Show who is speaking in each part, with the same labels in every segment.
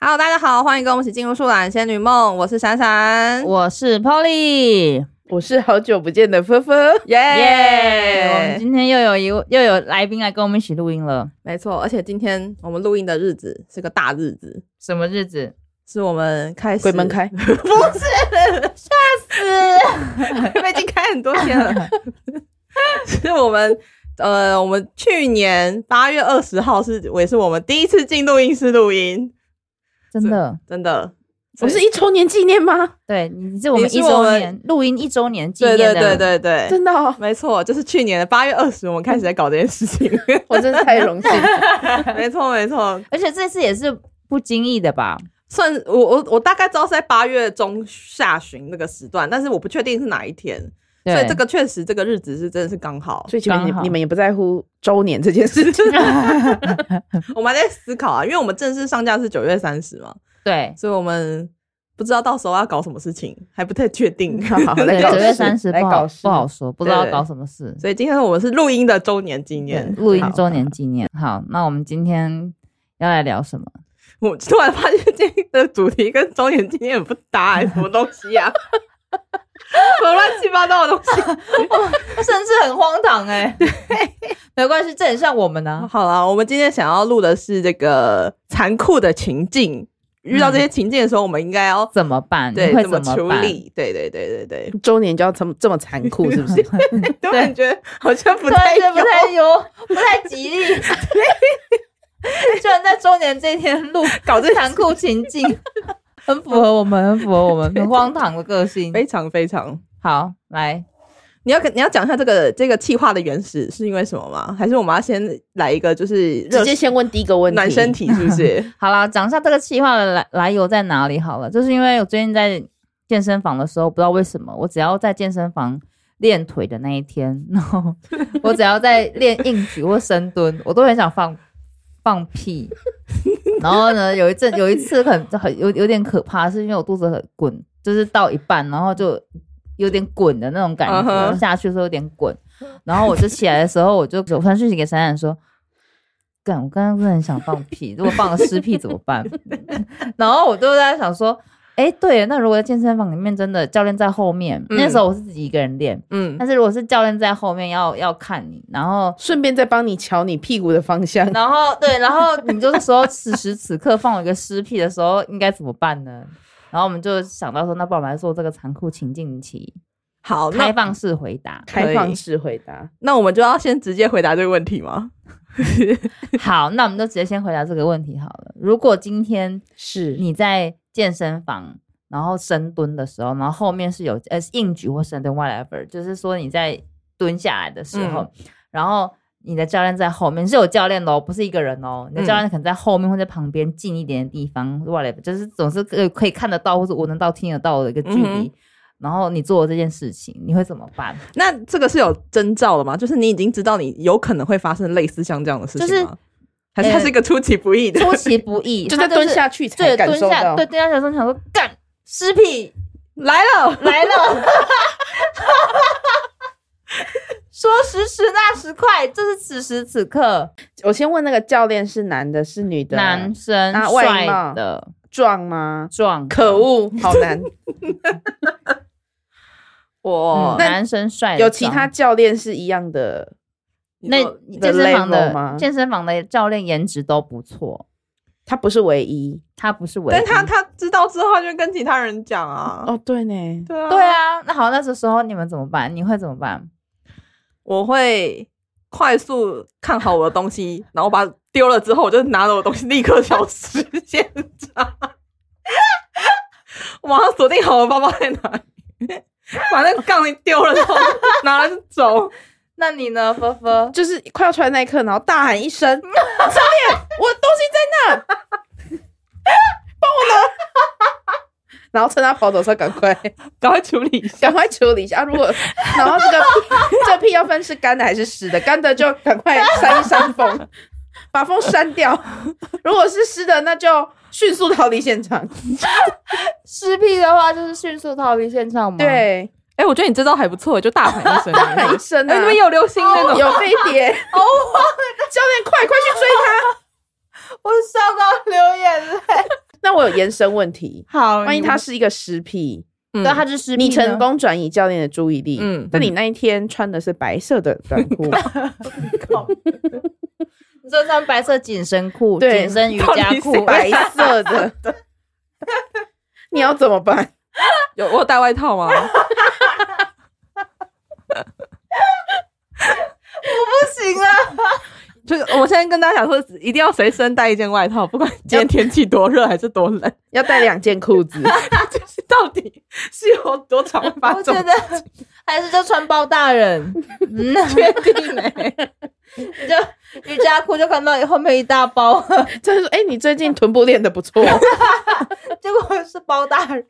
Speaker 1: Hello，大家好，欢迎跟我们一起进入《树懒仙女梦》，我是闪闪，
Speaker 2: 我是 Polly，
Speaker 3: 我是好久不见的芬芬，
Speaker 1: 耶
Speaker 2: 哎我们今天又有一又有来宾来跟我们一起录音了。
Speaker 1: 没错，而且今天我们录音的日子是个大日子，
Speaker 2: 什么日子？
Speaker 1: 是我们开始
Speaker 3: 鬼 门开，
Speaker 1: 因为已经开很多天 了。是我们呃，我们去年八月二十号是也是我们第一次进录音室录音，
Speaker 2: 真的？
Speaker 1: 真的，
Speaker 3: 我们是一周年纪念吗？
Speaker 2: 对，你是我们
Speaker 1: 你是
Speaker 2: 一
Speaker 1: 我
Speaker 2: 周
Speaker 1: 们
Speaker 2: 年录音一周年纪
Speaker 1: 对
Speaker 2: 念
Speaker 1: 对
Speaker 2: 的，
Speaker 1: 对对对，
Speaker 3: 真的、 哦，
Speaker 1: 没错，就是去年的八月二十，我们开始在搞这件事 情。
Speaker 3: 我真的太荣幸了。
Speaker 1: 没错没错，
Speaker 2: 而且这次也是不经意的吧？
Speaker 1: 算我我我大概知道是在八月中下旬那个时段，但是我不确定是哪一天，
Speaker 2: 对
Speaker 1: 所以这个确实这个日子是真的是刚好，
Speaker 3: 所以其实你
Speaker 2: 刚好
Speaker 3: 你们也不在乎周年这件事 情，
Speaker 1: 我们还在思考啊，因为我们正式上架是九月三十嘛，
Speaker 2: 对。
Speaker 1: 所以我们不知道到时候要搞什么事情，还不太确定。
Speaker 3: 好 好
Speaker 2: 嗯对，
Speaker 3: 来搞
Speaker 2: 九
Speaker 3: 事
Speaker 2: 月三十
Speaker 3: 来
Speaker 2: 不好
Speaker 3: 搞事
Speaker 2: 不好说，不知道
Speaker 1: 哎对
Speaker 2: 搞什么事。
Speaker 1: 所以今天我们是录音的周年纪念，
Speaker 2: 录音
Speaker 1: 好
Speaker 2: 周年纪念。好，那我们今天要来 聊什么？
Speaker 1: 我突然发现今天的主题跟周年纪念很不搭、欸，什么东西啊？ 什么乱七八糟的东西？
Speaker 2: 甚至很荒唐哎、 没关系，这很像我们啊呢、
Speaker 1: 好啦，我们今天想要录的是这个残酷的情境。遇到这些情境的时候，我们应该要、
Speaker 2: 怎么办？
Speaker 1: 对
Speaker 2: 嗯你会
Speaker 1: 怎么
Speaker 2: 怎
Speaker 1: 处
Speaker 2: 办？
Speaker 1: 理？对对对对 对，
Speaker 3: 周年就要这么这么残 酷，是不是？
Speaker 1: 突然觉得好像不
Speaker 2: 突然
Speaker 1: 太
Speaker 2: 间不
Speaker 1: 有
Speaker 2: 太有，不太吉利。 居然在周年这一天录搞这残酷情 境，很符合我们，很符合我们很荒唐的个性。
Speaker 1: 非常非常。
Speaker 2: 好，来，
Speaker 1: 你要你要讲一下这个这个气化的原始是因为什么吗？还是我们要先来一个就是热
Speaker 3: 直接先问第一个问题，
Speaker 1: 暖身体是不是？
Speaker 2: 好啦，讲一下这个气话的来来由在哪里好了。就是因为我最近在健身房的时候，不知道为什么，我只要在健身房练腿的那一天， 然后我只要在练硬举或深蹲，我都很想放放 屁。然后呢，有一阵有一次很很有有点可怕，是因为我肚子很滚，就是到一半，然后就有点滚的那种感
Speaker 1: 嗯
Speaker 2: 觉
Speaker 1: 哼
Speaker 2: 下去的时候有点滚。然后我就起来的时候，我就我传讯息给闪闪说：“干，我刚刚真的很 想放屁，如果放了湿屁怎么办？” 然后我就在想说：“哎，对，那如果在健身房里面真的教练在后面，
Speaker 1: 嗯
Speaker 2: 那时候我是自己一个人练，
Speaker 1: 嗯，
Speaker 2: 但是如果是教练在后面要要看你，然后
Speaker 3: 顺便再帮你瞧你屁股的方向。
Speaker 2: 然后对，然后你就是说此时此刻放我一个湿屁的时候应该怎么办呢？”然后我们就想到说，那不然我们来做这个残酷情境题，
Speaker 1: 好，哦
Speaker 2: 开
Speaker 1: 那
Speaker 2: 放式回答。
Speaker 3: 开放式回答，
Speaker 1: 那我们就要先直接回答这个问题吗？
Speaker 2: 好，那我们就直接先回答这个问题好了。如果今天
Speaker 3: 是
Speaker 2: 你在健身房，然后深蹲的时候，然后后面是有呃硬举或深蹲 whatever，就是说你在蹲下来的时候，
Speaker 3: 嗯
Speaker 2: 然后你的教练在后面是有教练的哦，不是一个人哦，你的教
Speaker 3: 嗯
Speaker 2: 练可能在后面或在旁边近一点的地方 whatever，就是总是可以可以看得到或是闻得到、听得到的一个距离。
Speaker 1: 嗯
Speaker 2: 然后你做了这件事情，你会怎么办？
Speaker 1: 那这个是有征兆的吗？就是你已经知道你有可能会发生类似像这样的事情吗？还是它
Speaker 2: 呃
Speaker 1: 是一个出其不意的？
Speaker 2: 出其不意，
Speaker 3: 就
Speaker 2: 他
Speaker 3: 在蹲
Speaker 2: 是
Speaker 3: 下去才
Speaker 2: 对，
Speaker 3: 感
Speaker 2: 蹲
Speaker 3: 受
Speaker 2: 下，
Speaker 3: 到
Speaker 2: 对，。蹲下的时候想说，干，尸屁
Speaker 1: 来了，
Speaker 2: 来了， 说时迟那时快，这是此时此刻，
Speaker 3: 我先问那个教练是男的，是女的？
Speaker 2: 男生
Speaker 3: 那外
Speaker 2: 帅
Speaker 3: 貌
Speaker 2: 的
Speaker 3: 壮吗？
Speaker 2: 壮的，
Speaker 3: 可恶，好 难。
Speaker 1: 我
Speaker 2: 嗯，
Speaker 3: 那
Speaker 2: 男生帅的
Speaker 3: 有其他
Speaker 2: 壮。
Speaker 3: 教练是一样的，
Speaker 2: 那
Speaker 1: 你
Speaker 2: 健身房
Speaker 3: level
Speaker 2: 的
Speaker 3: 吗
Speaker 2: 健身房的教练颜值都不错，
Speaker 3: 他不是唯一。
Speaker 2: 他不是唯一。
Speaker 1: 但他他知道之后，他就跟其他人讲啊。
Speaker 3: 哦，对呢，
Speaker 1: 对啊，
Speaker 2: 对，啊，那好，那这时候你们怎么办？你会怎么办？
Speaker 1: 我会快速看好我的东西， 然后把它丢了之后，我就拿着我的东西立刻消失现场。 我马上锁定好我的包包在哪里，把那个杠铃丢了之后， 拿了就走。
Speaker 2: 那你呢，菲 菲？
Speaker 3: 就是快要出来那一刻，然后大喊一声：“教练，我的东西在那， 帮我拿！” 然后趁他跑走的时候，赶快
Speaker 1: 赶快处理一下。
Speaker 3: 赶快处理一下。啊如果然后这个 屁这屁要分是干的还是湿的，干的就赶快扇一扇风， 把风扇掉； 如果是湿的，那就迅速逃离现场。
Speaker 2: 湿屁的话就是迅速逃离现场吗？，
Speaker 3: 对，
Speaker 1: 哎、我觉得你这招还不错，就大喊一声。
Speaker 3: 大喊一声
Speaker 1: 哎、
Speaker 3: 啊！
Speaker 1: 你们有流星那种？
Speaker 3: 有飞碟
Speaker 2: 哦，
Speaker 3: 教练快快去追他！
Speaker 2: 我笑到流眼泪。
Speaker 3: 那我有延伸问题，
Speaker 1: 好，
Speaker 3: 万一他是一个实癖，
Speaker 1: 嗯
Speaker 2: 对，他就是
Speaker 3: 你成，功转移教练的注意力，
Speaker 1: 嗯
Speaker 3: 但你那一天穿的是白色的短 裤，
Speaker 2: 你就穿白色紧身裤、
Speaker 3: 对
Speaker 2: 紧身瑜
Speaker 1: 到
Speaker 2: 伽
Speaker 1: 底是
Speaker 2: 裤，
Speaker 3: 白色的， 你要怎么办？
Speaker 1: 有我有带外套吗？我不行啊！就是我现在跟大家讲说，一定要随身带一件外套，不管今天天气多热还是多 冷，
Speaker 3: 要带两件裤 子，
Speaker 1: 就是到底是有多常会发
Speaker 2: 我觉
Speaker 1: 生？
Speaker 2: 得还是就穿包大 人，嗯，
Speaker 1: 确定没、
Speaker 2: 你就瑜伽裤就看到后面一大包，
Speaker 3: 就是说，哎、你最近臀部练的不错，
Speaker 2: 结果是包大人，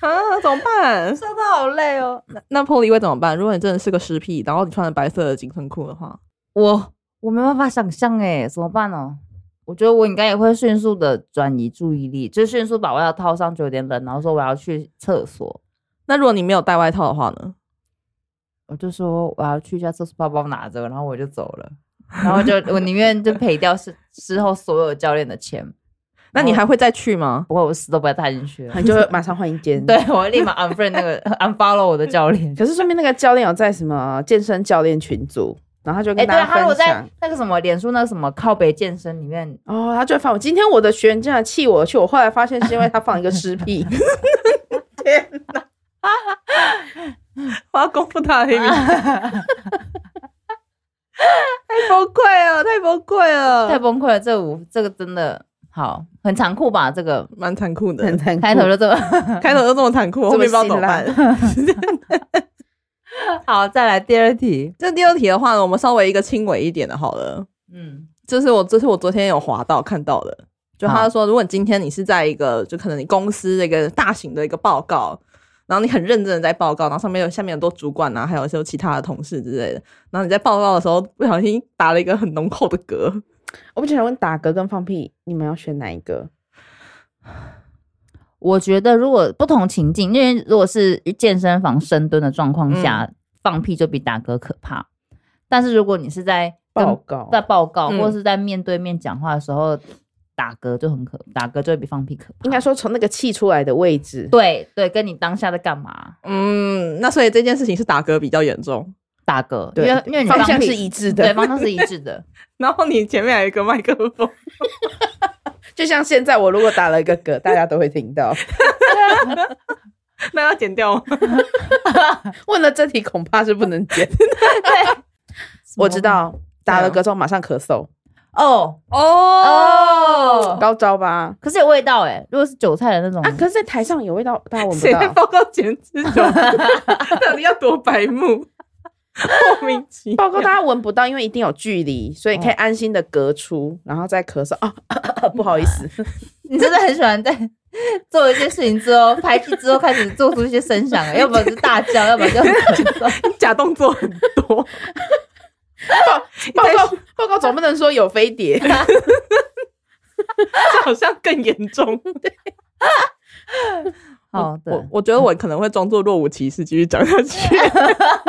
Speaker 1: 啊？怎么办？
Speaker 2: 真的好累哦。
Speaker 1: 那 Polly 会怎么办？如果你真的是个尸癖，然后你穿着白色的紧身裤的话，
Speaker 2: 我我没办法想象哎，怎么办哦？我觉得我应该也会迅速的转移注意力，就迅速把外套套上，就有点冷，然后说我要去厕所，
Speaker 1: 那如果你没有带外套的话呢？
Speaker 2: 我就说我要去一下厕所，包包拿着，然后我就走了，然后就我宁愿就赔掉事之后所有教练的钱，
Speaker 1: 那你还会再去吗？
Speaker 2: 不过我死都不要踏进去了。
Speaker 3: 你就会马上换一间。
Speaker 2: 对，我会立马 unfriend 那个 unfollow 我的教练。
Speaker 3: 可是说明那个教练有在什么健身教练群组，然后他就
Speaker 2: 哎、
Speaker 3: 跟
Speaker 2: 对
Speaker 3: 大
Speaker 2: 啊，
Speaker 3: 家
Speaker 2: 他如果
Speaker 3: 分享。
Speaker 2: 在那个什么脸书那个什么靠北健身里面，
Speaker 3: 哦，他就会放我。今天我的学员竟然气我去，我后来发现是因为他放一个 尸屁。
Speaker 1: 我要公布他的黑名单， 太崩溃了，太崩溃
Speaker 2: 太
Speaker 1: 了，
Speaker 2: 崩溃了。这五这个真的好很残酷吧？这个
Speaker 1: 蛮残酷 的
Speaker 3: 很。残酷
Speaker 2: 开头就这么
Speaker 1: 开头就这么残酷，后面不知道怎么办
Speaker 3: 这。
Speaker 2: 好，再来第二题。
Speaker 1: 这第二题的话呢，我们稍微一个轻微一点的好了。
Speaker 2: 嗯，
Speaker 1: 这是我，这是我昨天有滑到看到的。就他说，如果你今天你是在一个，就可能你公司的一个大型的一个报告，然后你很认真的在报告，然后上面有下面很多主管啊，还有一些其他的同事之类的，然后你在报告的时候不小心打了一个很浓厚的嗝，
Speaker 3: 我不想问打嗝跟放屁，你们要选哪一个？
Speaker 2: 我觉得如果不同情境，因为如果是健身房深蹲的状况下，放屁就比打嗝可怕。但是如果你是在跟
Speaker 3: 报告
Speaker 2: 在报告、
Speaker 1: 嗯
Speaker 2: 或是在面对面讲话的时候，打嗝就很可，打嗝就会比放屁可怕。
Speaker 3: 应该说从那个气出来的位置，
Speaker 2: 对对，跟你当下在干嘛
Speaker 1: 嗯，那所以这件事情是打嗝比较严重，
Speaker 2: 打嗝，因
Speaker 3: 对
Speaker 2: 为因为你
Speaker 3: 方
Speaker 2: 放
Speaker 3: 向
Speaker 2: 屁
Speaker 3: 是一致
Speaker 2: 对，
Speaker 3: 的，
Speaker 2: 方向是一致 的。
Speaker 1: 然后你前面还有一个麦克风，
Speaker 3: 就像现在我如果打了一个嗝，大家都会听 到。
Speaker 1: 那要剪掉吗？
Speaker 3: 问了这题恐怕是不能 解。我知道打了嗝之后马上咳嗽，
Speaker 2: 哦
Speaker 1: 哦
Speaker 2: 哦，
Speaker 3: 高招吧？
Speaker 2: 可是有味道哎。如果是韭菜的那种
Speaker 3: 啊，，可是在台上有味道，大家闻不
Speaker 1: 谁在
Speaker 3: 到。
Speaker 1: 报告前 吃酒？到底要多白目？莫名其妙。
Speaker 3: 报告大家闻不到，因为一定有距离，所以可以安心的隔出，然后再咳嗽。啊，不好意 思，
Speaker 2: 你真的很喜欢在 做一些事情之后排气之后开始做出一些声 响，要不然就是大叫，要不 然就
Speaker 1: 假动作很多，
Speaker 3: 报告报告总不能说有飞碟，
Speaker 1: 这 好像更严重。
Speaker 2: 好
Speaker 1: 我
Speaker 2: 的。
Speaker 1: 我觉得我可能会装作若无其事继续讲下去，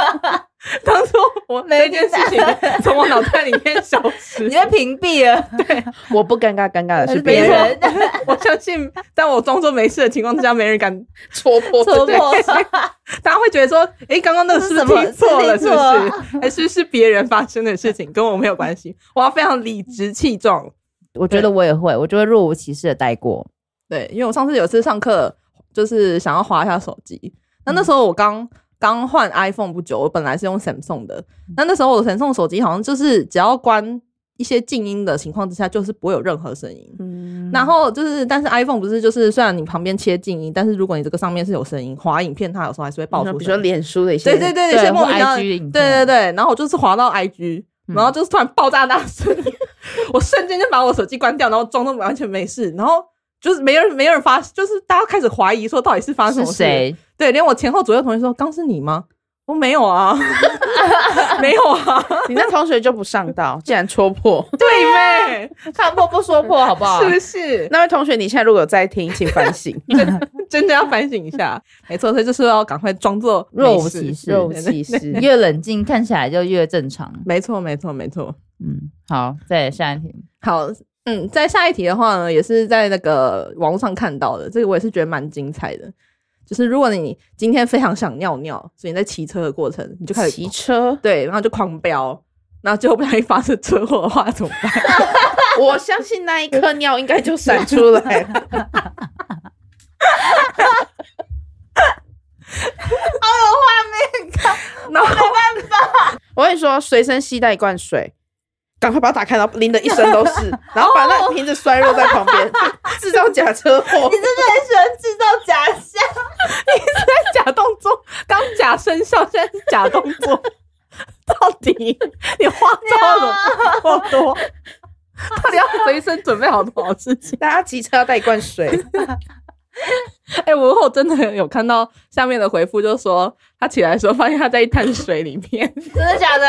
Speaker 1: 当做我这件事情从我脑袋里面消失
Speaker 2: 你。被屏蔽了，
Speaker 3: 我不尴尬，尴尬的是别
Speaker 2: 别
Speaker 3: 人
Speaker 2: 人
Speaker 1: 我相信，在我装作没事的情况之下，没人敢。
Speaker 3: 戳破。
Speaker 2: 戳
Speaker 3: 对
Speaker 2: 破，
Speaker 1: 大家会觉得说：“诶，刚刚那个是不是
Speaker 2: 这是什么
Speaker 1: 听错了，
Speaker 2: 是
Speaker 1: 是
Speaker 2: 听
Speaker 1: 不
Speaker 2: 错啊
Speaker 1: 是？还是是别人发生的事情，跟我没有关系？”我要非常理直气壮，
Speaker 2: 我觉得我也会，我就会若无其事的带过。
Speaker 1: 对，因为我上次有次上课，就是想要划一下手机。那那时候我刚刚换 iPhone 不久，我本来是用 Samsung 的。
Speaker 3: 嗯
Speaker 1: 那那时候我的 Samsung 手机好像就是只要关一些静音的情况之下，就是不会有任何声音。
Speaker 3: 嗯
Speaker 1: 然后就是，但是 iPhone 不是就是，虽然你旁边切静音，但是如果你这个上面是有声音，滑影片它有时候还是会爆出
Speaker 3: 嗯比如
Speaker 1: 声
Speaker 3: 说
Speaker 1: 音。
Speaker 3: 脸书的一些，
Speaker 1: 对对对，有些
Speaker 2: 或
Speaker 1: 莫名其妙
Speaker 2: IG 影片
Speaker 1: 对对对，然后我就是滑到 IG，
Speaker 2: 嗯
Speaker 1: 然后就是突然爆炸大声， 我瞬间就把我手机关掉，然后装作完全没事，然后就是没人没人发，就是大家开始怀疑说到底是发生什
Speaker 2: 是
Speaker 1: 么事。
Speaker 2: 谁？
Speaker 1: 对，连我前后左右同学说：“刚是你吗？”我没有啊， 没有 啊，
Speaker 3: 你那同学就不上道，竟然戳 破。
Speaker 1: 对呗，
Speaker 2: 看破不说破，好不 好？
Speaker 1: 是不是？
Speaker 3: 那位同学，你现在如果有在听，请反省。
Speaker 1: 真的要反省一下。没错，所以就是要赶快装作没
Speaker 2: 若无
Speaker 1: 事
Speaker 2: 其事，
Speaker 3: 肉气势，
Speaker 2: 越冷静看起来就越正常。
Speaker 1: 没错，没错，没错。
Speaker 2: 嗯，好，再来下一题。
Speaker 1: 好，嗯，在下一题的话呢，也是在那个网络上看到的，这个我也是觉得蛮精彩的。就是如果你今天非常想尿尿，所以你在骑车的过程你就开始，
Speaker 3: 骑车
Speaker 1: 对，然后就狂飙，然后最后不小心发生车祸的话怎么办？
Speaker 3: 我相信那一刻尿应该就闪出来了。
Speaker 1: 然后
Speaker 3: 我跟你说，随身携带一罐水，赶快把它打开，然后淋的一身都是，然后把那瓶子摔落在旁边， 制造假车祸
Speaker 2: 你。真的很喜欢制造假象，
Speaker 1: 假动作，刚假生效，现在是假动作，到底你花招了多多？ 到底要随身准备好多少事情？
Speaker 3: 大家骑车要带一罐水，
Speaker 1: 哎、我后真的有看到下面的回复，就说他起来的时候发现他在一滩水里面，
Speaker 2: 真的假的？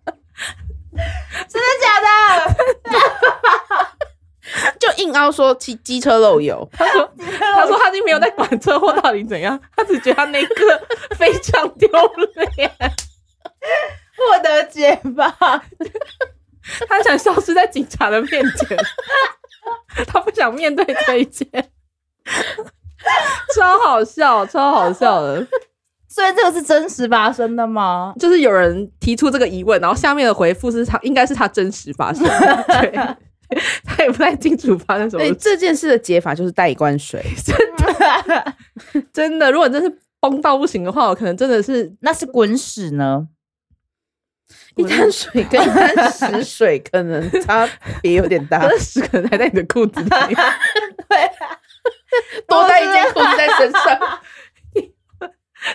Speaker 2: 真的假的？
Speaker 3: 就硬凹说骑机车漏油，
Speaker 1: 他说他说他已经没有在管车祸到底怎样，他只觉得他那一刻非常丢脸，
Speaker 2: 获得解放，
Speaker 1: 他想消失在警察的面前， 他不想面对这一切，超好笑，超好笑的。
Speaker 2: 所以这个是真实发生的吗？
Speaker 1: 就是有人提出这个疑问，然后下面的回复是他应该是他真实发生的，对，他也不太清楚发生什么
Speaker 3: 对
Speaker 1: 事。
Speaker 3: 这件事的解法就是带一罐水。
Speaker 1: 真的，如果真是崩到不行的话，我可能真的是
Speaker 2: 那是滚屎呢？
Speaker 3: 一滩水跟一滩屎水可能差别有点
Speaker 2: 啊
Speaker 3: 大，
Speaker 1: 真屎可能还在你的裤子里，
Speaker 3: 多带一件裤子在身上。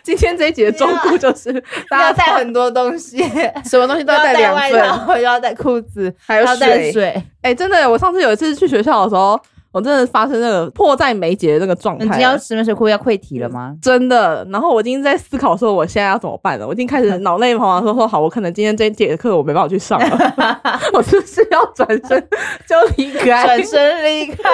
Speaker 1: 今天这一集的忠告就是，大 家
Speaker 2: 要带很多东西，
Speaker 3: 什么东西 都
Speaker 2: 要
Speaker 3: 带
Speaker 2: 带
Speaker 3: 两
Speaker 2: 外
Speaker 3: 份，
Speaker 2: 套，又要带裤子，
Speaker 3: 还有
Speaker 2: 要带
Speaker 3: 水。
Speaker 2: 水。
Speaker 1: 哎、真的，我上次有一次去学校的时候，我真的发生那个迫在眉睫的那个状
Speaker 2: 你今
Speaker 1: 态
Speaker 2: 天要
Speaker 1: 了，
Speaker 2: 吃面水库要溃体了吗？
Speaker 1: 真的。然后我已经在思考说我现在要怎么办了，我已经开始脑内彷徨说说好，我可能今天这一节课我没办法去上了， 我是不是要转身就离开？
Speaker 2: 转身离开，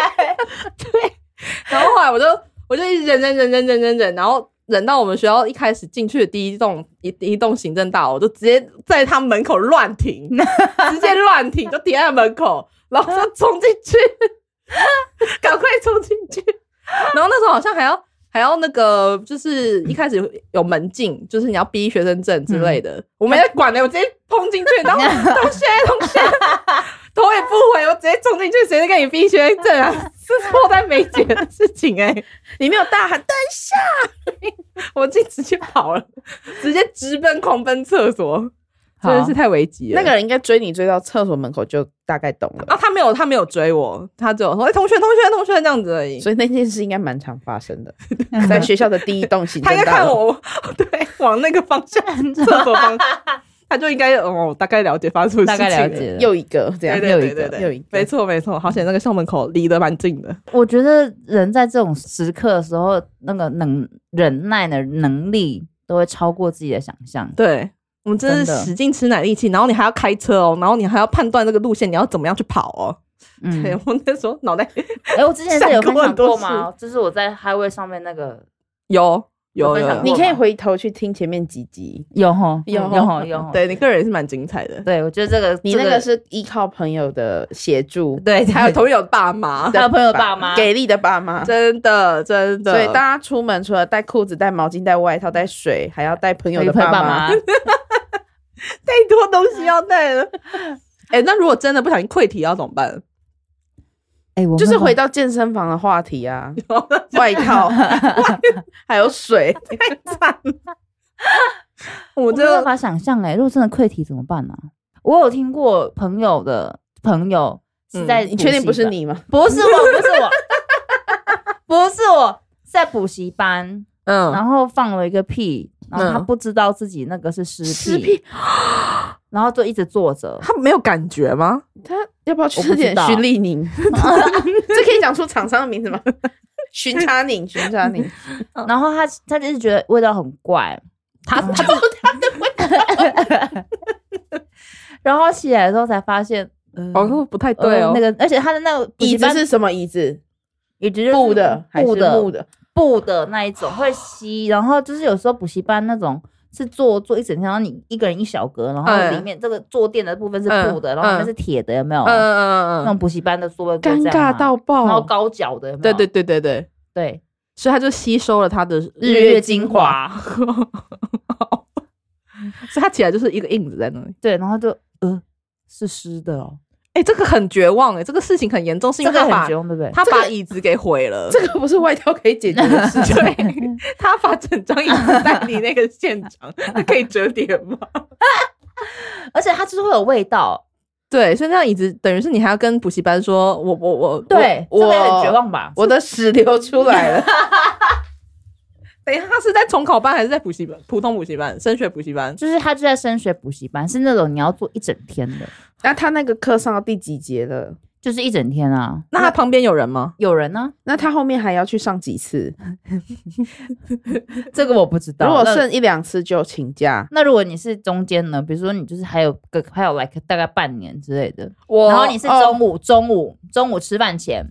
Speaker 1: 然后后来我就我就一直忍忍忍忍忍忍忍，然后忍到我们学校一开始进去的第一栋一一栋行政大楼，我就直接在他门口乱停，直接乱停，就停在门口，然后就冲进去， 赶快冲进去。然后那时候好像还要还要那个，就是一开始有门禁，就是你要逼学生证之类的，我没在管的，我直接冲进去，然后同学同学。头也不回，我直接冲进去，谁在跟你逼学生证啊？ 是迫在眉睫的事情哎、
Speaker 3: 你没有大喊，但
Speaker 1: 我自己直接跑了， 直接直奔狂奔厕所，真的是 太危急了。
Speaker 3: 那个人应该追你追到厕所门口就大概懂 了。
Speaker 1: 啊，他没有，他没有追我，他只有说：“哎、同学，同学，同学”这样子而已。
Speaker 3: 所以那件事应该蛮常发生的，在学校的第一 栋行
Speaker 1: 嗯他应
Speaker 3: 政
Speaker 1: 该
Speaker 3: 大
Speaker 1: 看
Speaker 3: 楼。
Speaker 1: 我，对，往那个方向，厕所方向，他就应该哦，大概了解发生什么
Speaker 2: 大
Speaker 1: 事情
Speaker 2: 概
Speaker 1: 了。
Speaker 2: 了解了。
Speaker 3: 又一个这样
Speaker 1: 对，对对对对，
Speaker 3: 啊又一个
Speaker 1: 没错没错，好险那个校门口离得蛮近的，
Speaker 2: 我觉得人在这种时刻的时候，那个能忍耐的能力都会超过自己的想象。
Speaker 1: 对。我们真
Speaker 2: 真的
Speaker 1: 是使劲吃奶力气，然后你还要开车哦，然后你还要判断这个路线，你要怎么样去跑哦。
Speaker 2: 嗯，
Speaker 1: 对
Speaker 2: 哎、
Speaker 1: 我那时候脑袋
Speaker 2: 我之前是有
Speaker 1: 想过
Speaker 2: 分享过
Speaker 1: 很多
Speaker 2: 吗？就是我在 highway 上面那个
Speaker 1: 有有
Speaker 2: 分
Speaker 1: 有
Speaker 2: 享
Speaker 1: 有
Speaker 2: 过
Speaker 3: 你可以回头去听前面几集，
Speaker 2: 有吼
Speaker 1: 嗯有
Speaker 2: 有吼有吼，
Speaker 1: 对你个人也是蛮精彩的，
Speaker 2: 对，我觉得这个
Speaker 3: 你那
Speaker 2: 这
Speaker 3: 个是依靠朋友的 协助，
Speaker 2: 对，
Speaker 1: 还有
Speaker 2: 同
Speaker 1: 同友爸妈，
Speaker 2: 还有朋友爸妈
Speaker 3: 给力的爸 妈。
Speaker 1: 真的真的，
Speaker 3: 所以大家出门除了带裤子、带毛巾、带外套、带水，还要带朋友
Speaker 2: 有
Speaker 3: 的
Speaker 2: 朋友
Speaker 3: 爸
Speaker 2: 爸
Speaker 3: 妈
Speaker 2: 妈。。
Speaker 1: 太多东西要带 了。哎、那如果真的不小心溃体要怎么办？
Speaker 2: 哎、我
Speaker 3: 就是
Speaker 2: 会
Speaker 3: 回到健身房的话 题啊，
Speaker 1: 哦
Speaker 3: 外套 还 有水，
Speaker 1: 我
Speaker 2: 我没
Speaker 1: 这
Speaker 2: 有办法想象哎、如果真的溃体怎么办呢、我有听过朋友的朋友是在、
Speaker 3: 你确定不是？你吗？
Speaker 2: 不是我，不是我， 不是我，是在补习班，
Speaker 1: 嗯，
Speaker 2: 然后放了一个屁，然后他
Speaker 1: 嗯
Speaker 2: 不知道自己那个是湿屁，
Speaker 3: 湿屁，
Speaker 2: 然后就一直坐着。
Speaker 1: 他没有感觉吗？
Speaker 3: 他要不要
Speaker 2: 我不
Speaker 3: 吃
Speaker 2: 知
Speaker 3: 点
Speaker 2: 道
Speaker 3: 徐丽宁？ 这可以讲出厂商的名字 吗？巡查宁，巡 查宁，
Speaker 2: 然后他他就是觉得味道很怪，
Speaker 1: 他他
Speaker 2: 然后起来之后才发现，嗯、
Speaker 1: 好像不太
Speaker 2: 呃
Speaker 1: 对哦。
Speaker 2: 那个，而且他的那个补习
Speaker 3: 椅子
Speaker 2: 班
Speaker 3: 是什么椅子？
Speaker 2: 椅子就是
Speaker 3: 布的还是
Speaker 2: 布的
Speaker 3: 木的？
Speaker 2: 布的那一种会吸，然后就是有时候补习班那种是坐坐一整天，然后你一个人一小格，然后里面这个坐垫的部分是布的，
Speaker 1: 嗯
Speaker 2: 然后里面是铁的，有没有？
Speaker 1: 嗯嗯嗯
Speaker 2: 那
Speaker 1: 嗯
Speaker 2: 种补习班的座位不是
Speaker 3: 尴
Speaker 2: 这样吗
Speaker 3: 尬
Speaker 2: 然
Speaker 3: 到
Speaker 2: 后
Speaker 3: 爆。
Speaker 2: 高脚的，有没
Speaker 1: 对
Speaker 2: 有
Speaker 1: 对对对对，
Speaker 2: 对，
Speaker 1: 所以他就吸收了他的
Speaker 2: 日月精，华，
Speaker 1: 所以他起来就是一个印子在那里。
Speaker 2: 对，然后就呃是湿的哦，
Speaker 1: 哎、这个很绝望哎、这个事情很严重，是因
Speaker 2: 这
Speaker 1: 为
Speaker 2: 个
Speaker 1: 他
Speaker 2: 很
Speaker 1: 把
Speaker 2: 绝望，对不对？
Speaker 1: 他把椅子给毁了，
Speaker 3: 这个不是外套可以解决 的事情，
Speaker 1: 对， 他把整张椅子带离那个现 场，那可以折叠吗？
Speaker 2: 而且它就是会有味道，
Speaker 1: 对，所以那张椅子等于是你还要跟补习班说，我我我，
Speaker 2: 对，这
Speaker 3: 我
Speaker 2: 个也很绝望吧？
Speaker 3: 我的屎流出 来了。
Speaker 1: 等一下他是在重考班还是在补习班？普通补习班、升学补习班？
Speaker 2: 就是他就在升学补习班，是那种你要做一整天的，
Speaker 3: 那他那个课上到第几节了？
Speaker 2: 就是一整天啊。
Speaker 1: 那他旁边有人吗？
Speaker 2: 有人呢、
Speaker 3: 那他后面还要去上几次？
Speaker 2: 这个我不知道。
Speaker 3: 如果
Speaker 2: 那
Speaker 3: 剩一两次就请假。
Speaker 2: 那如果你是中间呢？比如说你就是还有个还有 like 大概半年之类的，
Speaker 1: 我
Speaker 2: 然后你是
Speaker 1: 哦
Speaker 3: 哦
Speaker 2: 中午、中午中午吃饭前，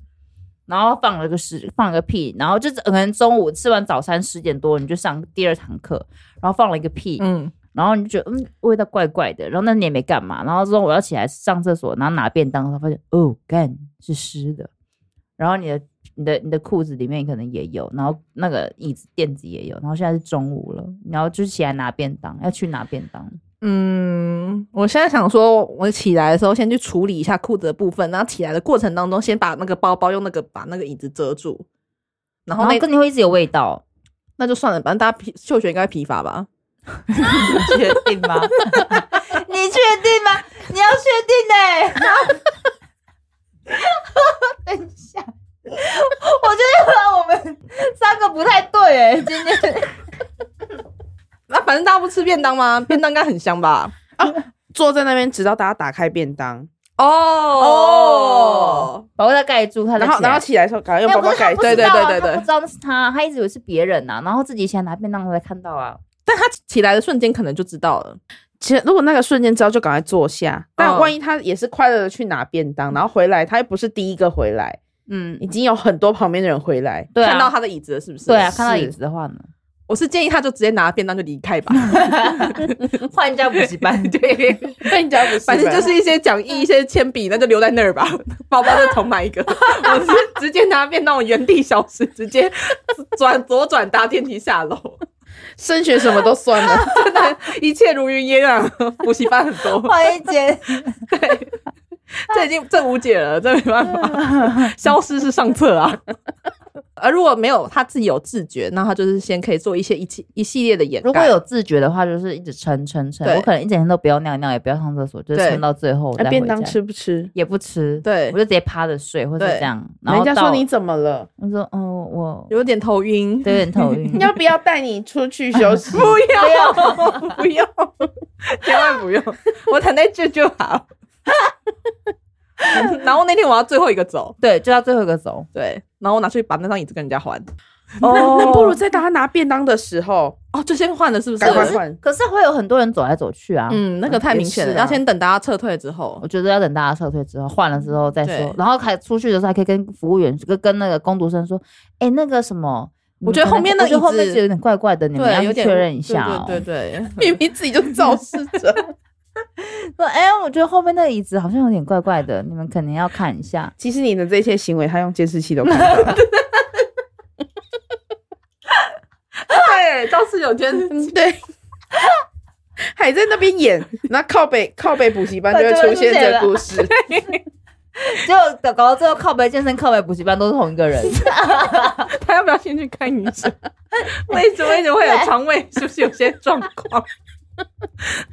Speaker 2: 然后放了个屎放了个屁，然后就是可能中午吃完早餐十点多你就上第二堂课，然后放了一个屁，
Speaker 1: 嗯，
Speaker 2: 然后你就觉得嗯味道怪怪的，然后那你也没干嘛，然后之后我要起来上厕所，然后拿便当，然后发现哦干是湿的，然后你的你的你的裤子里面可能也有，然后那个椅子垫子也有，然后现在是中午了，然后就起来拿便当，要去拿便当，
Speaker 1: 嗯，我现在想说，我起来的时候先去处理一下裤子的部分，然后起来的过程当中，先把那个包包用那个把那个椅子遮住，然
Speaker 2: 然
Speaker 1: 后
Speaker 2: 后
Speaker 1: 那
Speaker 2: 跟你会一直有味道，
Speaker 1: 那就算了，反正大家疲嗅觉应该疲乏吧。
Speaker 2: 确定吗？ 你确定吗？你要确定呢、 等一下，我觉得我们三个不太对哎、今天。
Speaker 1: 那反正大家不吃便当吗？便当应该很香吧？
Speaker 3: 坐在那边，直到大家打开便当，
Speaker 1: 哦
Speaker 2: 哦，把味道盖住，他
Speaker 3: 然后然后起来的时候，赶快用包包盖
Speaker 2: 住，
Speaker 3: 住。
Speaker 1: 对
Speaker 2: 对
Speaker 1: 对
Speaker 2: 对
Speaker 1: 对对
Speaker 2: 对对，他不知道那是他，他一直以为是别人呐、啊然后自己起来拿便当才看到啊。
Speaker 1: 但他起来的瞬间可能就知道了。
Speaker 3: 其实如果那个瞬间知道，就赶快坐下。但万一他也是快乐的去拿便当，然后回来，他又不是第一个回来，
Speaker 2: 嗯
Speaker 3: 已，经有很多旁边的人回来。
Speaker 2: 对啊，
Speaker 1: 看到他的椅子了是不是？
Speaker 2: 对啊，看到椅子的话呢，
Speaker 1: 我是建议他就直接拿便当就离 开吧。
Speaker 2: 换一家补习 班，
Speaker 1: 对，
Speaker 3: 但你家不是，
Speaker 1: 反正就是一些讲义、一些铅笔，那就留在那儿吧。 包包就重买一个。 我是直接拿便当，我原地消失，直接转左转搭电梯下楼，
Speaker 3: 升学什么都算了。
Speaker 1: 真的，一切如云烟啊！补习班很 多，
Speaker 2: 换一间，
Speaker 1: 这已经这无解了，这没办法， 消失是上策啊。而如果没有他自己有自觉，那他就是先可以做一些一系一系列的掩盖。
Speaker 2: 如果有自觉的话，就是一直撑撑撑。
Speaker 1: 对
Speaker 2: 我可能一整天都不要尿尿，也不要上厕所，就是
Speaker 1: 对
Speaker 2: 撑到最后我再
Speaker 3: 哎，
Speaker 2: 回
Speaker 3: 便当
Speaker 2: 家
Speaker 3: 吃不吃？
Speaker 2: 也不吃，
Speaker 1: 对
Speaker 2: 我就直接趴着睡，或者
Speaker 1: 对
Speaker 2: 这样。然
Speaker 3: 人
Speaker 2: 后
Speaker 3: 家
Speaker 2: 到
Speaker 3: 说你，怎么了？。
Speaker 2: 我说嗯，我
Speaker 1: 有点头晕，
Speaker 2: 有点头晕
Speaker 3: 要不要带你出去休 息？
Speaker 1: 不要 不要，千万不用，我躺在这就好。 然后那天我要最后一个走，
Speaker 2: 对，就到最后一个走。
Speaker 1: 对，然后我拿去把那张椅子跟人家还。
Speaker 3: 那那不如在大家拿便当的时候，
Speaker 1: 哦，就先换了是不是
Speaker 3: 赶？快
Speaker 2: 可是
Speaker 3: 换
Speaker 2: 可是会有很多人走来走去啊。
Speaker 1: 嗯，那个太明显了，
Speaker 3: 也是啊
Speaker 1: 要先等大家撤退之后
Speaker 2: 我。觉得要等大家撤退之后换了之后再
Speaker 1: 对
Speaker 2: 说，然后还出去的时候还可以跟服务员跟跟那个工读生说，哎、那个什么，
Speaker 1: 我觉得
Speaker 2: 你们
Speaker 1: 后面那
Speaker 2: 我觉得
Speaker 1: 椅子
Speaker 2: 后面是有点怪怪的，你们要
Speaker 1: 对，有
Speaker 2: 去
Speaker 1: 点
Speaker 2: 确认一下、哦。
Speaker 1: 对对对对，
Speaker 3: 明明自己就肇事者。
Speaker 2: 说，哎、我觉得后面那个椅子好像有点怪怪的，你们可能要看一下。
Speaker 3: 其实你的这些行为，他用监视器都看到了。
Speaker 1: 对，倒是有件
Speaker 3: 嗯 对，还在那边演，那靠北靠北补习班就会出现这故事。
Speaker 2: 就搞到最后，靠北健身、靠北补习班都是同一个人，
Speaker 1: 他要不要先去看医 生？为什么为什么会有肠胃？是不是有些状况？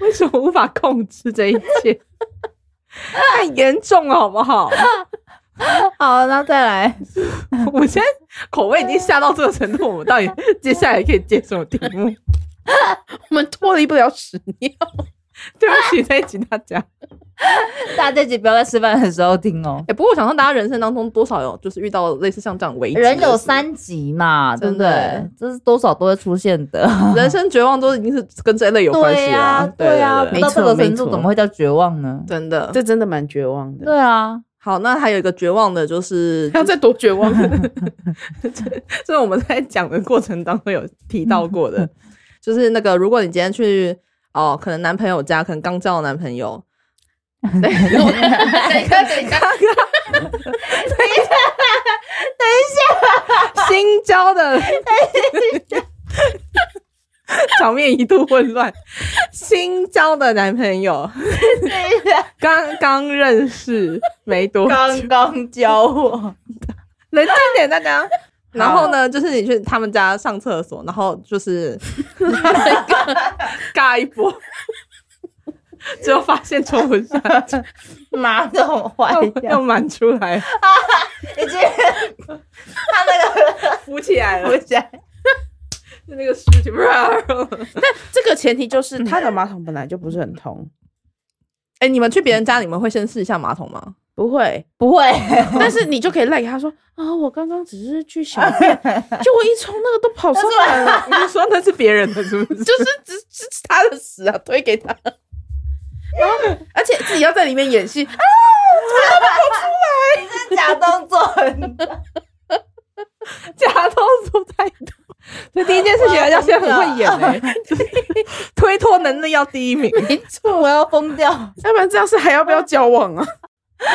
Speaker 1: 为什么无法控制这一 切？太严重了，好不 好？
Speaker 2: 好，那再来，
Speaker 1: 我现在口味已经下到这个程度，我们到底接下来可以接什么题目？
Speaker 3: 我们脱离不了屎尿，
Speaker 1: 对不起，对不起大家。
Speaker 2: 大家这集不要在吃饭的时候听哦
Speaker 1: 哎、。不过我想让大家人生当中多少有就是遇到类似像这样危机，
Speaker 2: 人有三急嘛，对不对
Speaker 1: 真？
Speaker 2: 这是多少都会出现的。
Speaker 1: 人生绝望都已经是跟这类有关系
Speaker 2: 对
Speaker 1: 了、
Speaker 2: 啊呀，
Speaker 1: 对
Speaker 2: 呀，
Speaker 1: 对
Speaker 2: 不到这个程
Speaker 3: 没
Speaker 2: 度
Speaker 3: 错
Speaker 2: 怎么会叫绝望呢？
Speaker 1: 真的。
Speaker 3: 这真的蛮绝 望的。
Speaker 2: 对啊，
Speaker 1: 好，那还有一个绝望的就是
Speaker 3: 还要再多绝 望？
Speaker 1: 这我们在讲的过程当中有提到过的，就是那个，如果你今天去哦，可能男朋友家，可能刚交的男朋友，
Speaker 3: 等一下，等一下，
Speaker 1: 新交的，场面一度混乱。新交的男朋友，刚刚认识没多久，
Speaker 2: 刚刚教我，
Speaker 1: 冷静点大 家。然后呢，就是你去他们家上厕所，然后就是 尬一 波，最后发现冲不下去，
Speaker 2: 马桶 坏
Speaker 1: 又又满出来，
Speaker 2: 已经他那个
Speaker 1: 浮起来了，
Speaker 2: 起来，
Speaker 1: 就那个尸体。
Speaker 3: 这个前提就是
Speaker 1: 嗯
Speaker 3: 他的马桶本来就不是很通，
Speaker 1: 哎、你们去别人家，你们会先试一下马桶吗？
Speaker 3: 不会，
Speaker 2: 不 会，
Speaker 3: 但是你就可以赖给他说啊，我刚刚只是去小便，就我一冲那个都跑上来了，
Speaker 1: 你说那是 别人的，是不是？
Speaker 3: 就是只只是他的屎啊，推给他，然后而且自己要在里面演戏，
Speaker 2: 假动作
Speaker 1: 假动作太多， 所以第一件事情要先很会演哎、就是推脱能力要第一名。
Speaker 2: 没错，我要疯掉。
Speaker 3: 要不然这样是还要不要交往啊？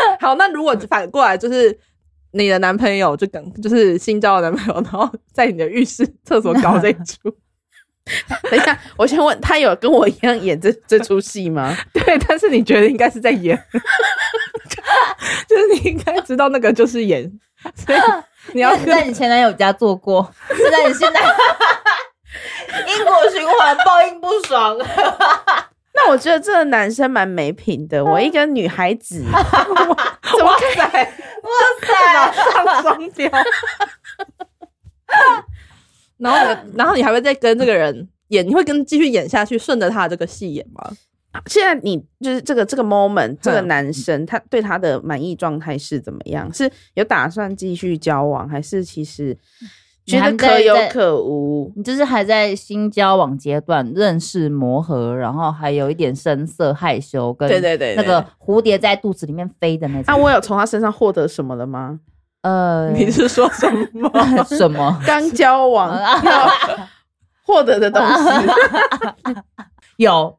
Speaker 1: 好，那如果反过来就是你的男朋友就跟就是新交的男朋友，然后在你的浴室厕所搞这一 出，
Speaker 3: 等一下，我先问他有跟我一样演这 这出戏吗？
Speaker 1: 对，但是你觉得应该是在演， 就是你应该知道那个就是演，所以你要
Speaker 2: 因为你在你前男友家做过， 是在你现在因果循环，报应不爽。
Speaker 3: 那我觉得这个男生蛮没品的，我一个女孩子，怎么可以
Speaker 1: 马上双标。然后 呢，然后你还会再跟这个人演，你会跟继续演下去，顺着他的这个戏演吗？
Speaker 3: 现在你就是这个这个 moment，这个男生他对他的满意状态是怎么样？是有打算继续交往，还是其实觉得可有可无？
Speaker 2: 你就是还在新交往阶段，认识磨合，然后还有一点生涩、害羞，跟
Speaker 1: 对对对对
Speaker 2: 那个蝴蝶在肚子里面飞的那
Speaker 3: 那、
Speaker 2: 种。
Speaker 3: 我有从他身上获得什么了吗？
Speaker 2: 呃，
Speaker 1: 你是说什么？
Speaker 2: 什么？
Speaker 3: 刚交往获得的东西，
Speaker 2: 有，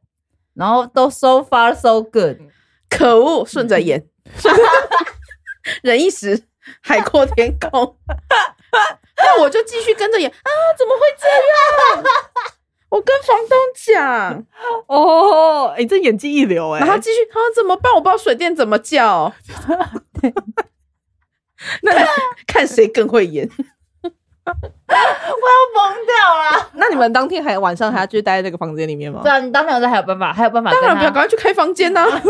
Speaker 2: 然后都 so far so good，
Speaker 3: 可恶！顺着演，忍一时，海阔天空。那我就继续跟着演啊！怎么会这样？我跟房东讲。
Speaker 1: 哦，哎、这演技一流哎、
Speaker 3: 然后继续，他、啊、怎么办？我不知道水电怎么叫。那看谁更会演，
Speaker 2: 疯掉了。
Speaker 1: 那你们当天还晚上还要继续待在这个房间里面吗
Speaker 2: 对？啊，你当朋友还有办法，还有办法
Speaker 3: 当
Speaker 2: 跟
Speaker 3: 然不要，
Speaker 2: 他
Speaker 3: 赶快去开房间啊呐、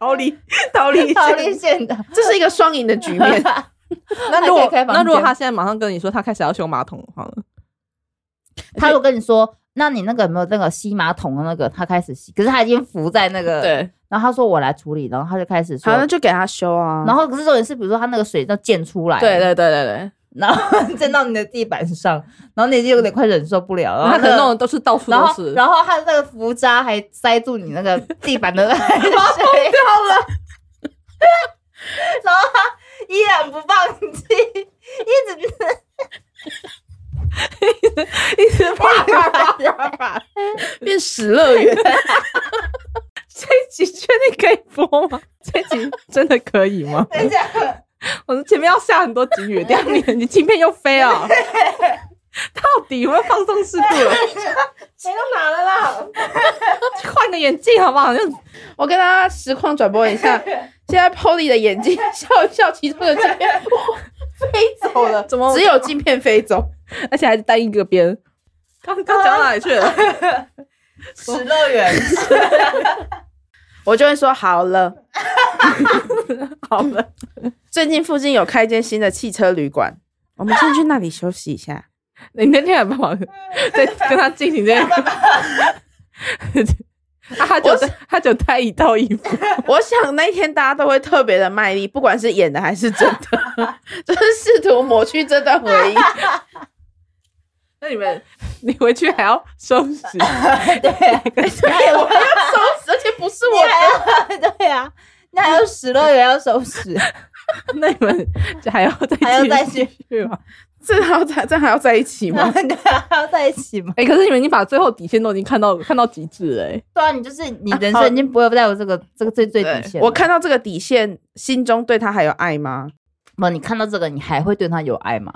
Speaker 1: 逃离，逃离，
Speaker 2: 逃离。现的。
Speaker 3: 这是一个双赢的局 面。
Speaker 1: 那如
Speaker 2: 还
Speaker 1: 果
Speaker 2: 可以开房
Speaker 1: 那如果
Speaker 2: 间
Speaker 1: 他现在马上跟你说他开始要修马桶的话呢，
Speaker 2: 他如果跟你说，那你那个有没有那个吸马桶的那个？他开始吸，可是他已经浮在那个。。
Speaker 1: 对，
Speaker 2: 然后他说我来处理，然后他就开始说
Speaker 3: 好，，那就给他修啊。
Speaker 2: 然后可是重点是，比如说他那个水都溅出来，
Speaker 1: 对，对，对，对，对。
Speaker 2: 然后 溅到你的地板上，然后你就有点快忍受不了，然后
Speaker 1: 他
Speaker 2: 那
Speaker 1: 可
Speaker 2: 个
Speaker 1: 能弄的都是到处
Speaker 2: 然
Speaker 1: 都
Speaker 2: 后
Speaker 1: 是，
Speaker 2: 然后他那个浮渣还塞住你那个地板的 海水，掉了，然后他依然不放 弃，一直
Speaker 1: 一直啪啪啪啪啪。
Speaker 3: 变史乐园，
Speaker 1: 这一集确定可以播吗？ 这一集真的可以吗？
Speaker 2: 等一下，
Speaker 1: 我们前面要下很多警语，第二年你镜片又飞啊！ 到底有没有放松适度了？
Speaker 2: 谁都拿了啦，
Speaker 1: 换个眼镜好不好？就
Speaker 3: 我跟大家实况转播一下。现在 Polly 的眼睛笑一笑，其中的镜片哇飞走了，
Speaker 1: 怎么
Speaker 3: 只有镜片飞走。
Speaker 1: 而且还是单一个边。刚刚讲到 哪里去了？
Speaker 2: 史乐园，
Speaker 3: 我就会说好了。
Speaker 1: 好了，
Speaker 3: 最近附近有开一间新的汽车旅馆，我们先去那里休息一下。
Speaker 1: 你那天还帮 忙在跟他进行这样。 啊、他就
Speaker 3: 我是
Speaker 1: 他就带一套衣服，
Speaker 3: 我想那一天大家都会特别的卖力，不管是演的还是真的，就是试图抹去这段回忆。
Speaker 1: 那你们你回去还要收拾，
Speaker 3: 对，我要收拾，而且不是我的，
Speaker 2: 对呀、那还有 史乐园要收拾，
Speaker 1: 那你们还要再
Speaker 2: 还要
Speaker 1: 继
Speaker 2: 再
Speaker 1: 续
Speaker 2: 去
Speaker 1: 去吗？
Speaker 3: 这还要在这还要在一起 吗？
Speaker 2: 啊还要在一起吗？
Speaker 1: 哎、可是你们已经把最后底线都已经看到看到极致了、哎，
Speaker 2: 对啊，你就是你人生已经不会再有这个这个最最底线了。
Speaker 3: 我看到这个底线，心中对他还有爱吗？
Speaker 2: 不，你看到这个，你还会对他有爱吗？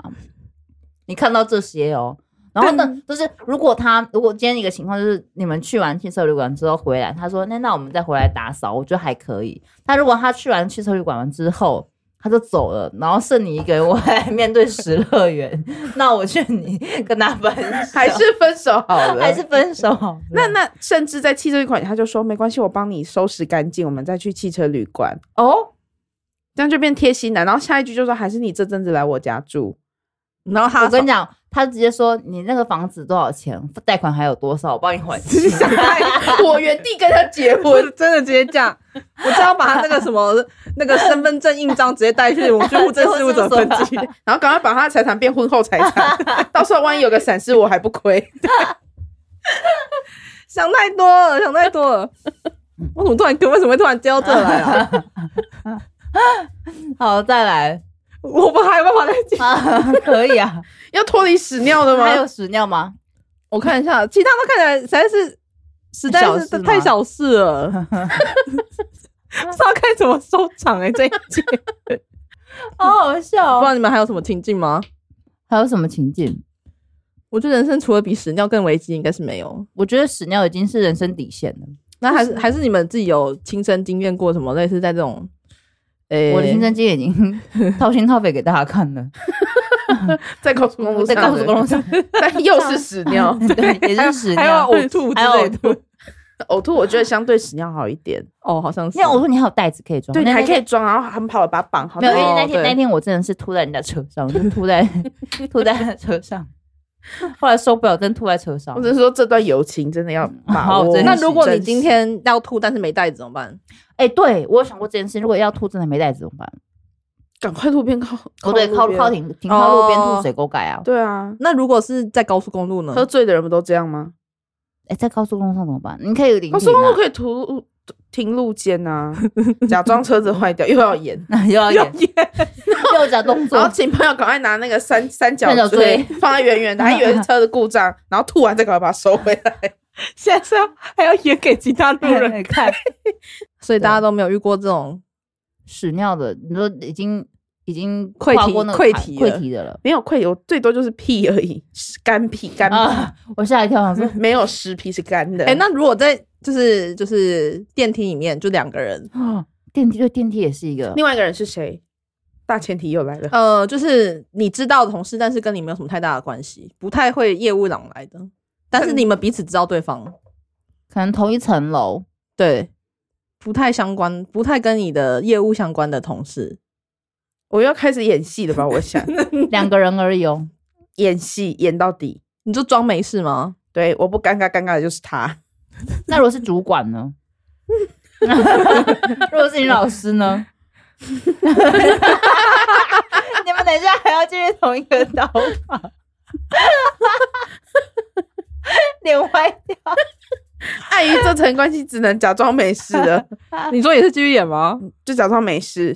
Speaker 2: 你看到这些哦，然后呢，就是如果他如果今天一个情况就是你们去完汽车旅馆之后回来，他说那那我们再回来打扫，我觉得还可以。但如果他去完汽车旅馆完之后他就走了，然后剩你一个人我还面对十乐园， 那我劝你跟他分手，
Speaker 3: 还是分手好了？
Speaker 2: 还是分手好了？
Speaker 3: 那那甚至在汽车旅馆，他就说没关系，我帮你收拾干净，我们再去汽车旅馆，
Speaker 2: 哦，
Speaker 3: 这样就变贴心了。然后下一句就说还是你这阵子来我家住，
Speaker 1: 然后他
Speaker 2: 我跟你讲，他直接说你那个房子多少钱，贷款还有多少，我帮你还清。
Speaker 3: 我原地跟他结
Speaker 1: 我
Speaker 3: 婚。
Speaker 1: 真的直接这样，我就要把他那个什 么那个身份证印章直接带去我们去户政事务所登记。
Speaker 3: 然后赶快把他的财产变婚后财 产，到时候万一有个闪失，我还不亏。
Speaker 1: 想太多了，想太多了。我怎么突然为什么会突然接到这来 啊？
Speaker 2: 好，再来
Speaker 1: 我们还有办法再继续
Speaker 2: 啊，可以啊。
Speaker 3: 要脱离屎尿的 吗？
Speaker 2: 还有屎尿吗？
Speaker 1: 我看一下，其他都看起来实在是实在
Speaker 2: 小
Speaker 1: 是
Speaker 2: 事吗
Speaker 1: 太小事了， 不知道该怎么收场哎、这一集， 不
Speaker 2: 好好 笑哦
Speaker 1: 知道你们还有什么情境吗？
Speaker 2: 还有什么情境？
Speaker 1: 我觉得人生除了比屎尿更危机，应该是没有。
Speaker 2: 我觉得屎尿已经是人生底线了。
Speaker 1: 那还是还是你们自己有亲身经验过什么类似在这种，诶、
Speaker 2: 我的亲身经验已经 掏心掏肺给大家看 了，
Speaker 3: 在高速公路
Speaker 2: 在
Speaker 3: 上，
Speaker 2: 高速公路上，，
Speaker 3: 但又是屎尿
Speaker 2: 对，也是屎
Speaker 1: 还有
Speaker 2: 尿，
Speaker 1: 呕吐之
Speaker 2: 还有
Speaker 1: 类
Speaker 2: 呕
Speaker 1: 的。
Speaker 3: 呕吐我觉得相对屎尿好一点。
Speaker 1: 哦，好像是。
Speaker 2: 因为我说你还有袋子可以装，
Speaker 3: 对，你
Speaker 2: 那
Speaker 3: 还
Speaker 2: 那
Speaker 3: 可以装，然后很好的把它绑好。
Speaker 2: 没有，因为那
Speaker 1: 哦对
Speaker 2: 天那天我真的是吐在人家车上，我 就吐在吐在车上， 后来受不了，真的吐在车上
Speaker 3: 我。只是说这段友情真的要把
Speaker 2: 好
Speaker 3: 握。
Speaker 2: 真
Speaker 1: 那
Speaker 2: 是
Speaker 1: 如果你
Speaker 3: 嗯真
Speaker 1: 今天要吐，但是没带怎么办？
Speaker 2: 哎，对我有想过这件事，如果要吐真的没袋子怎么办？
Speaker 3: 赶快路边靠，
Speaker 2: 哦，对，靠
Speaker 3: 路边
Speaker 2: 靠。停停靠路边
Speaker 1: 哦
Speaker 2: 吐水沟盖啊！
Speaker 3: 对啊，
Speaker 1: 那如果是在高速公路呢？
Speaker 3: 喝醉的人不都这样吗？
Speaker 2: 哎，在高速公路上怎么办？你可以临
Speaker 3: 高
Speaker 2: 停
Speaker 3: 速公
Speaker 2: 啊
Speaker 3: 路，可以途停路肩啊，假装车子坏掉又 要演，
Speaker 2: 又 要
Speaker 1: 有
Speaker 2: 演右脚动
Speaker 3: 然后
Speaker 2: 作，
Speaker 3: 请朋友赶快拿那个三三角
Speaker 2: 三角
Speaker 3: 锥
Speaker 2: 锥
Speaker 3: 放在远远的，还以为是车子故障，然后吐完再赶快把它收回来。
Speaker 1: 现在是要还要演给其他路人，
Speaker 2: 看
Speaker 1: 所以大家都没有遇过这种
Speaker 2: 屎尿的，你说已经已经
Speaker 1: 溃
Speaker 2: 跨
Speaker 1: 体
Speaker 2: 过那个
Speaker 1: 溃
Speaker 2: 坎
Speaker 1: 体了
Speaker 2: 溃体的了
Speaker 3: 没有溃，我最多就是屁而已，是干屁干屁，
Speaker 2: 啊！我吓一跳， 想说
Speaker 3: 没有湿屁是干的。
Speaker 1: 哎、那如果在就是就是电梯里面就两个人，
Speaker 2: 啊电梯对电梯也是一个
Speaker 3: 另外一个人是谁？大前提又来了。
Speaker 1: 呃，就是你知道的同事，但是跟你没有什么太大的关系，不太会业务往来的，但是你们彼此知道对方，
Speaker 2: 可能同一层楼，
Speaker 1: 对，不太相关，不太跟你的业务相关的同事，
Speaker 3: 我又要开始演戏了吧？我想
Speaker 2: 两个人而已哦。
Speaker 3: 演戏演到底，
Speaker 1: 你就装没事吗？
Speaker 3: 对，我不尴尬，尴尬的就是他。
Speaker 2: 那如果是主管呢？如果是你老师呢？你们等一下还要继续同一个刀法， 脸歪掉。
Speaker 3: 碍于这层关系，只能假装没事了， 嗯
Speaker 1: 你说也是继续演吗？
Speaker 3: 就假装没事，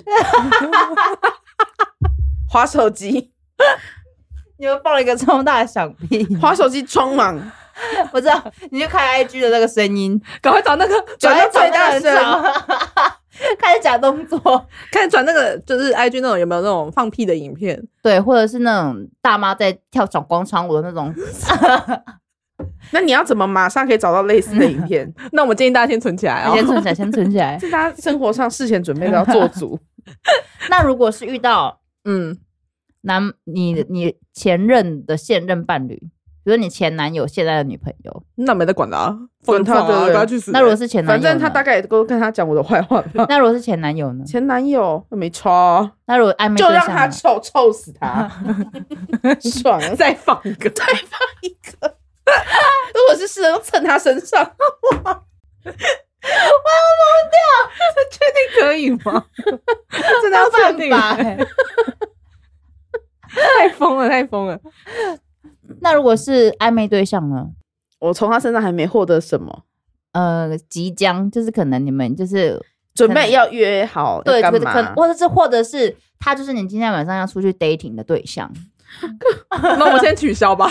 Speaker 3: 划手机，
Speaker 2: 你们放了一个超大的响屁，
Speaker 3: 划手机装忙，
Speaker 2: 我知道，你就开 IG 的那个声音，
Speaker 1: 赶快找那个
Speaker 3: 转到
Speaker 2: 转
Speaker 3: 最大声，
Speaker 2: 开始假动作，
Speaker 1: 看转那个就是 IG 那种有没有那种放屁的影片？
Speaker 2: 对，或者是那种大妈在跳小广场舞的那种，
Speaker 3: 那你要怎么马上可以找到类似的影片？
Speaker 1: 那我们建议大家先存起来 啊、
Speaker 2: 先存起来，先存起 来。
Speaker 3: 是大家生活上事前准备都要做足。
Speaker 2: 那如果是遇到
Speaker 1: 嗯，
Speaker 2: 男你你前任的现任伴侣，比如你前男友现在的女朋友，
Speaker 1: 那没得管的啊，
Speaker 3: 管他的
Speaker 1: 疯狂啊
Speaker 3: 对
Speaker 1: 管他去死。
Speaker 2: 那如果是前男
Speaker 3: 反
Speaker 2: 友呢，
Speaker 3: 正他大概也都跟他讲我的坏话吧。
Speaker 2: 那如果是前男友呢？
Speaker 3: 前男友没差啊，
Speaker 2: 那如果暧昧
Speaker 3: 就
Speaker 2: 对
Speaker 3: 让
Speaker 2: 象
Speaker 3: 他
Speaker 2: 呢，
Speaker 3: 臭臭死 他，爽！
Speaker 1: 再放一 个，
Speaker 3: 如果是是的，都蹭他 身上，
Speaker 1: 确定可以吗？
Speaker 3: 真的要
Speaker 1: 犯
Speaker 3: 蹭
Speaker 1: 法
Speaker 3: 吧？
Speaker 1: 太疯了，太疯了！
Speaker 2: 那如果是暧昧对象呢？
Speaker 3: 我从他身上还没获得什么，
Speaker 2: 呃，即将就是可能你们就是
Speaker 3: 准备要约好要
Speaker 2: 对，
Speaker 3: 干
Speaker 2: 就是可能
Speaker 3: 嘛？
Speaker 2: 或者是或者是他就是你今天晚上要出去 dating 的对象，
Speaker 1: 那我们先取消吧。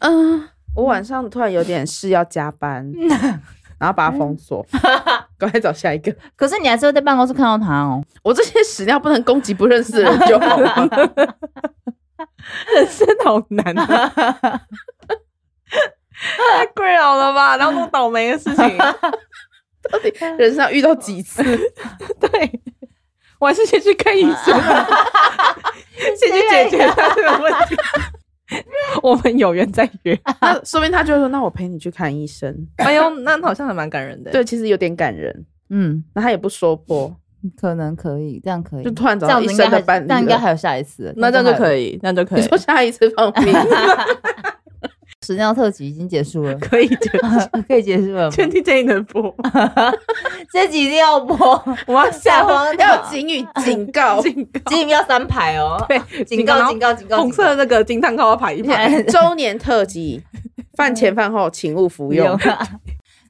Speaker 3: 嗯，我晚上突然有点事要加 班，然后把它封锁，赶快找下一个。
Speaker 2: 可是你还是会在办公室看到他哦。
Speaker 3: 我这些屎尿不能攻击不认识的人就好了。
Speaker 1: 人生好难啊！太困扰了吧？然后弄倒霉的事情，
Speaker 3: 到底人生要遇到几次？
Speaker 1: 对 我还是先去看医 生，先去解决他这个问题。我们有缘再约。
Speaker 3: 那说明他就会说：“那我陪你去看医生。
Speaker 1: 哎呦，那好像还蛮感人”的。
Speaker 3: 对，其实有点感人。
Speaker 2: 嗯，
Speaker 3: 那他也不说破，
Speaker 2: 可能可以，这样可以
Speaker 3: 就。突然找
Speaker 2: 嗯这
Speaker 3: 到
Speaker 2: 样
Speaker 3: 医
Speaker 2: 子应
Speaker 3: 生
Speaker 2: 该
Speaker 3: 的
Speaker 2: 还，
Speaker 3: 伴侣
Speaker 2: 那应该
Speaker 3: 了。
Speaker 2: 还有下一次。
Speaker 1: 那这样就
Speaker 2: 以。
Speaker 1: 可以，那样就可
Speaker 3: 你
Speaker 1: 以，
Speaker 3: 说，下一次放屁？
Speaker 2: 屎尿特辑已经结束 了
Speaker 1: 可以的。
Speaker 2: 可以结束了吗。
Speaker 1: 全体建议能播，
Speaker 2: 这集一定要 播，
Speaker 1: 我要下
Speaker 2: 下方
Speaker 3: 要有警语警告，
Speaker 1: 警告，
Speaker 2: 警语要三排 哦。
Speaker 1: 对，
Speaker 2: 警告警
Speaker 1: 警
Speaker 2: 告警告，
Speaker 1: 告，红色的那个金蛋糕要排一
Speaker 2: 警告
Speaker 1: 排。
Speaker 3: 周年特辑，饭前饭后请勿服
Speaker 2: 不用
Speaker 3: 用。
Speaker 2: 啊。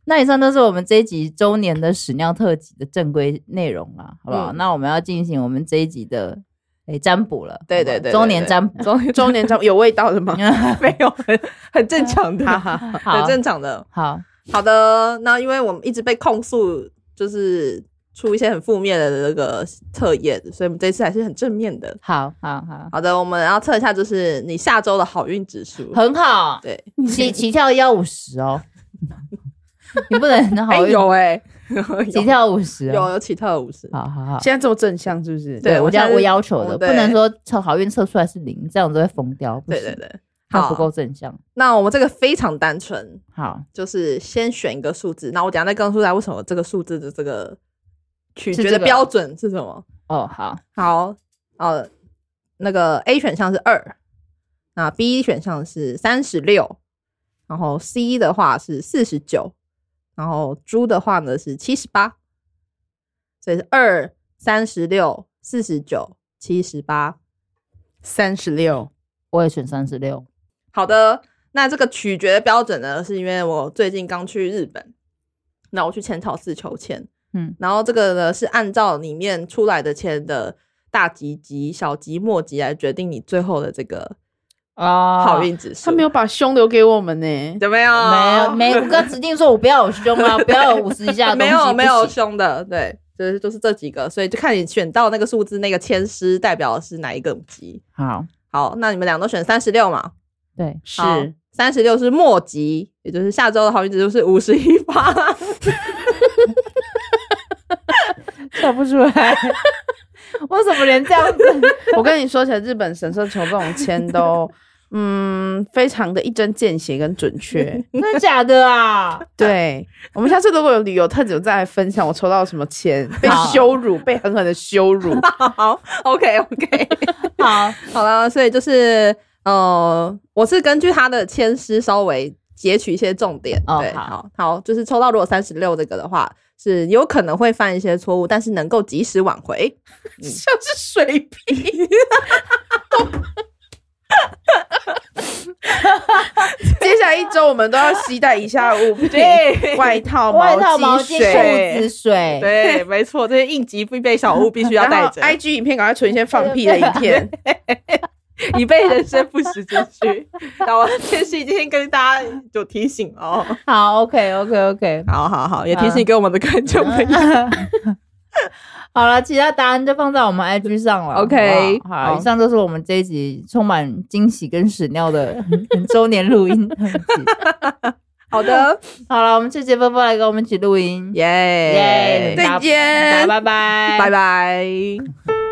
Speaker 2: 那以上都是我们这一集周年的屎尿特辑的正规内容啦，好不好？
Speaker 1: 嗯
Speaker 2: 那我们要进行我们这一集的诶、占卜了，
Speaker 1: 对
Speaker 2: 好不好
Speaker 1: 对对对
Speaker 2: 周年占卜，
Speaker 1: 周
Speaker 3: 周年照有味道的吗？
Speaker 1: 没有，很很正常 的，
Speaker 3: 哈哈，
Speaker 2: 好
Speaker 1: 很正常的。
Speaker 2: 好，
Speaker 1: 好的，那因为我们一直被控诉，就是出一些很负面的那个测验，所以我们这次还是很正面的。
Speaker 2: 好，好，好，
Speaker 1: 好的，我们要测一下，就是你下周的好运指数。
Speaker 2: 很好，
Speaker 1: 对，
Speaker 2: 起起跳要五十 哦，你不能
Speaker 1: 哎
Speaker 2: 好
Speaker 1: 有哎，有
Speaker 2: 起跳五十、
Speaker 1: 有
Speaker 2: 哦，
Speaker 1: 有起跳五十，
Speaker 2: 好好好。
Speaker 3: 现在这么正向是不是？
Speaker 1: 对
Speaker 2: 我
Speaker 1: 我
Speaker 2: 这样
Speaker 1: 现在
Speaker 2: 我
Speaker 1: 是
Speaker 2: 要求的，
Speaker 1: 嗯对
Speaker 2: 不能说测好运测出来是零，这样子会疯掉。不
Speaker 1: 对
Speaker 2: 行
Speaker 1: 对，对。
Speaker 2: 那
Speaker 1: 好，
Speaker 2: 不够正向。
Speaker 1: 那我们这个非常单纯，
Speaker 2: 好，
Speaker 1: 就是先选一个数字，那我等一下再告诉大家为什么这个数字的这个取
Speaker 2: 是
Speaker 1: 决
Speaker 2: 这
Speaker 1: 的
Speaker 2: 个
Speaker 1: 标准是什么。
Speaker 2: 哦，好，
Speaker 1: 好，呃，那个 A 选项是二，那 B 选项是三十六，然后 C 的话是四十九，然后猪的话呢是七十八，所以是二、三十六、四十九、七十八。
Speaker 3: 三十六，
Speaker 2: 我也选三十六。
Speaker 1: 好的，那这个取决的标准呢，是因为我最近刚去日本，那我去浅草寺求签，
Speaker 2: 嗯，
Speaker 1: 然后这个呢是按照里面出来的签的大吉吉、小吉、末吉来决定你最后的这个
Speaker 2: 哦
Speaker 1: 好运指数。
Speaker 3: 他没有把胸留给我们呢。
Speaker 1: 有没有？
Speaker 2: 没有没，我刚指定说我不要有胸 啊，不要有五十以下的东
Speaker 1: 没
Speaker 2: 西，
Speaker 1: 有
Speaker 2: 不
Speaker 1: 没有
Speaker 2: 行
Speaker 1: 凶的，对，就是就是这几个，所以就看你选到那个数字，那个签师代表的是哪一个吉。
Speaker 2: 好，
Speaker 1: 好，那你们俩都选三十六嘛？
Speaker 2: 对，
Speaker 3: 是，
Speaker 1: 三十六是末吉，也就是下周的好运指数是五十一趴。
Speaker 2: 笑不出 来。为什么连这样子？
Speaker 3: 我跟你说起来，日本神社球这种签都，嗯，非常的一针见血跟准确。
Speaker 2: 真的假的啊？
Speaker 3: 对我们下次如果有旅游特辑，我再来分享我抽到什么签，被
Speaker 2: 好
Speaker 3: 羞辱，被狠狠的羞辱。嗯
Speaker 1: 好，OK OK，
Speaker 2: 好，
Speaker 1: 好了，所以就是呃，我是根据他的签诗稍微截取一些重点。
Speaker 2: 哦
Speaker 1: 对，
Speaker 2: 好
Speaker 1: 好好，就是抽到如果三十六这个的话，是有可能会犯一些错误，但是能够及时挽回。
Speaker 3: 像是水瓶。接下来一周我们都要携带以下物品：
Speaker 1: 对
Speaker 3: 外套、
Speaker 2: 外套、毛
Speaker 3: 巾、
Speaker 2: 巾、
Speaker 3: 水。
Speaker 2: 裤子、水，
Speaker 1: 对，没错，这些应急必备小物必须 要带
Speaker 3: 然后
Speaker 1: 着，
Speaker 3: IG 影片赶快存一些放屁的影片，
Speaker 1: 以备人生不时之需。 那我天师已经跟大家有提醒哦。嗯
Speaker 2: 好，OK，OK，OK。
Speaker 1: 好好好，也提醒给我们的观众朋友。
Speaker 2: 好了，其他答案就放在我们 IG 上了。
Speaker 1: OK，
Speaker 2: 好不好好，
Speaker 1: 好
Speaker 2: 以上就是我们这一集充满惊喜跟屎尿的 周年录 音特辑。
Speaker 1: 好的，
Speaker 2: 好了，我们谢谢波波来跟我们一起录音，
Speaker 1: 耶
Speaker 2: 耶
Speaker 3: 再见。
Speaker 2: 拜拜，
Speaker 1: 拜拜。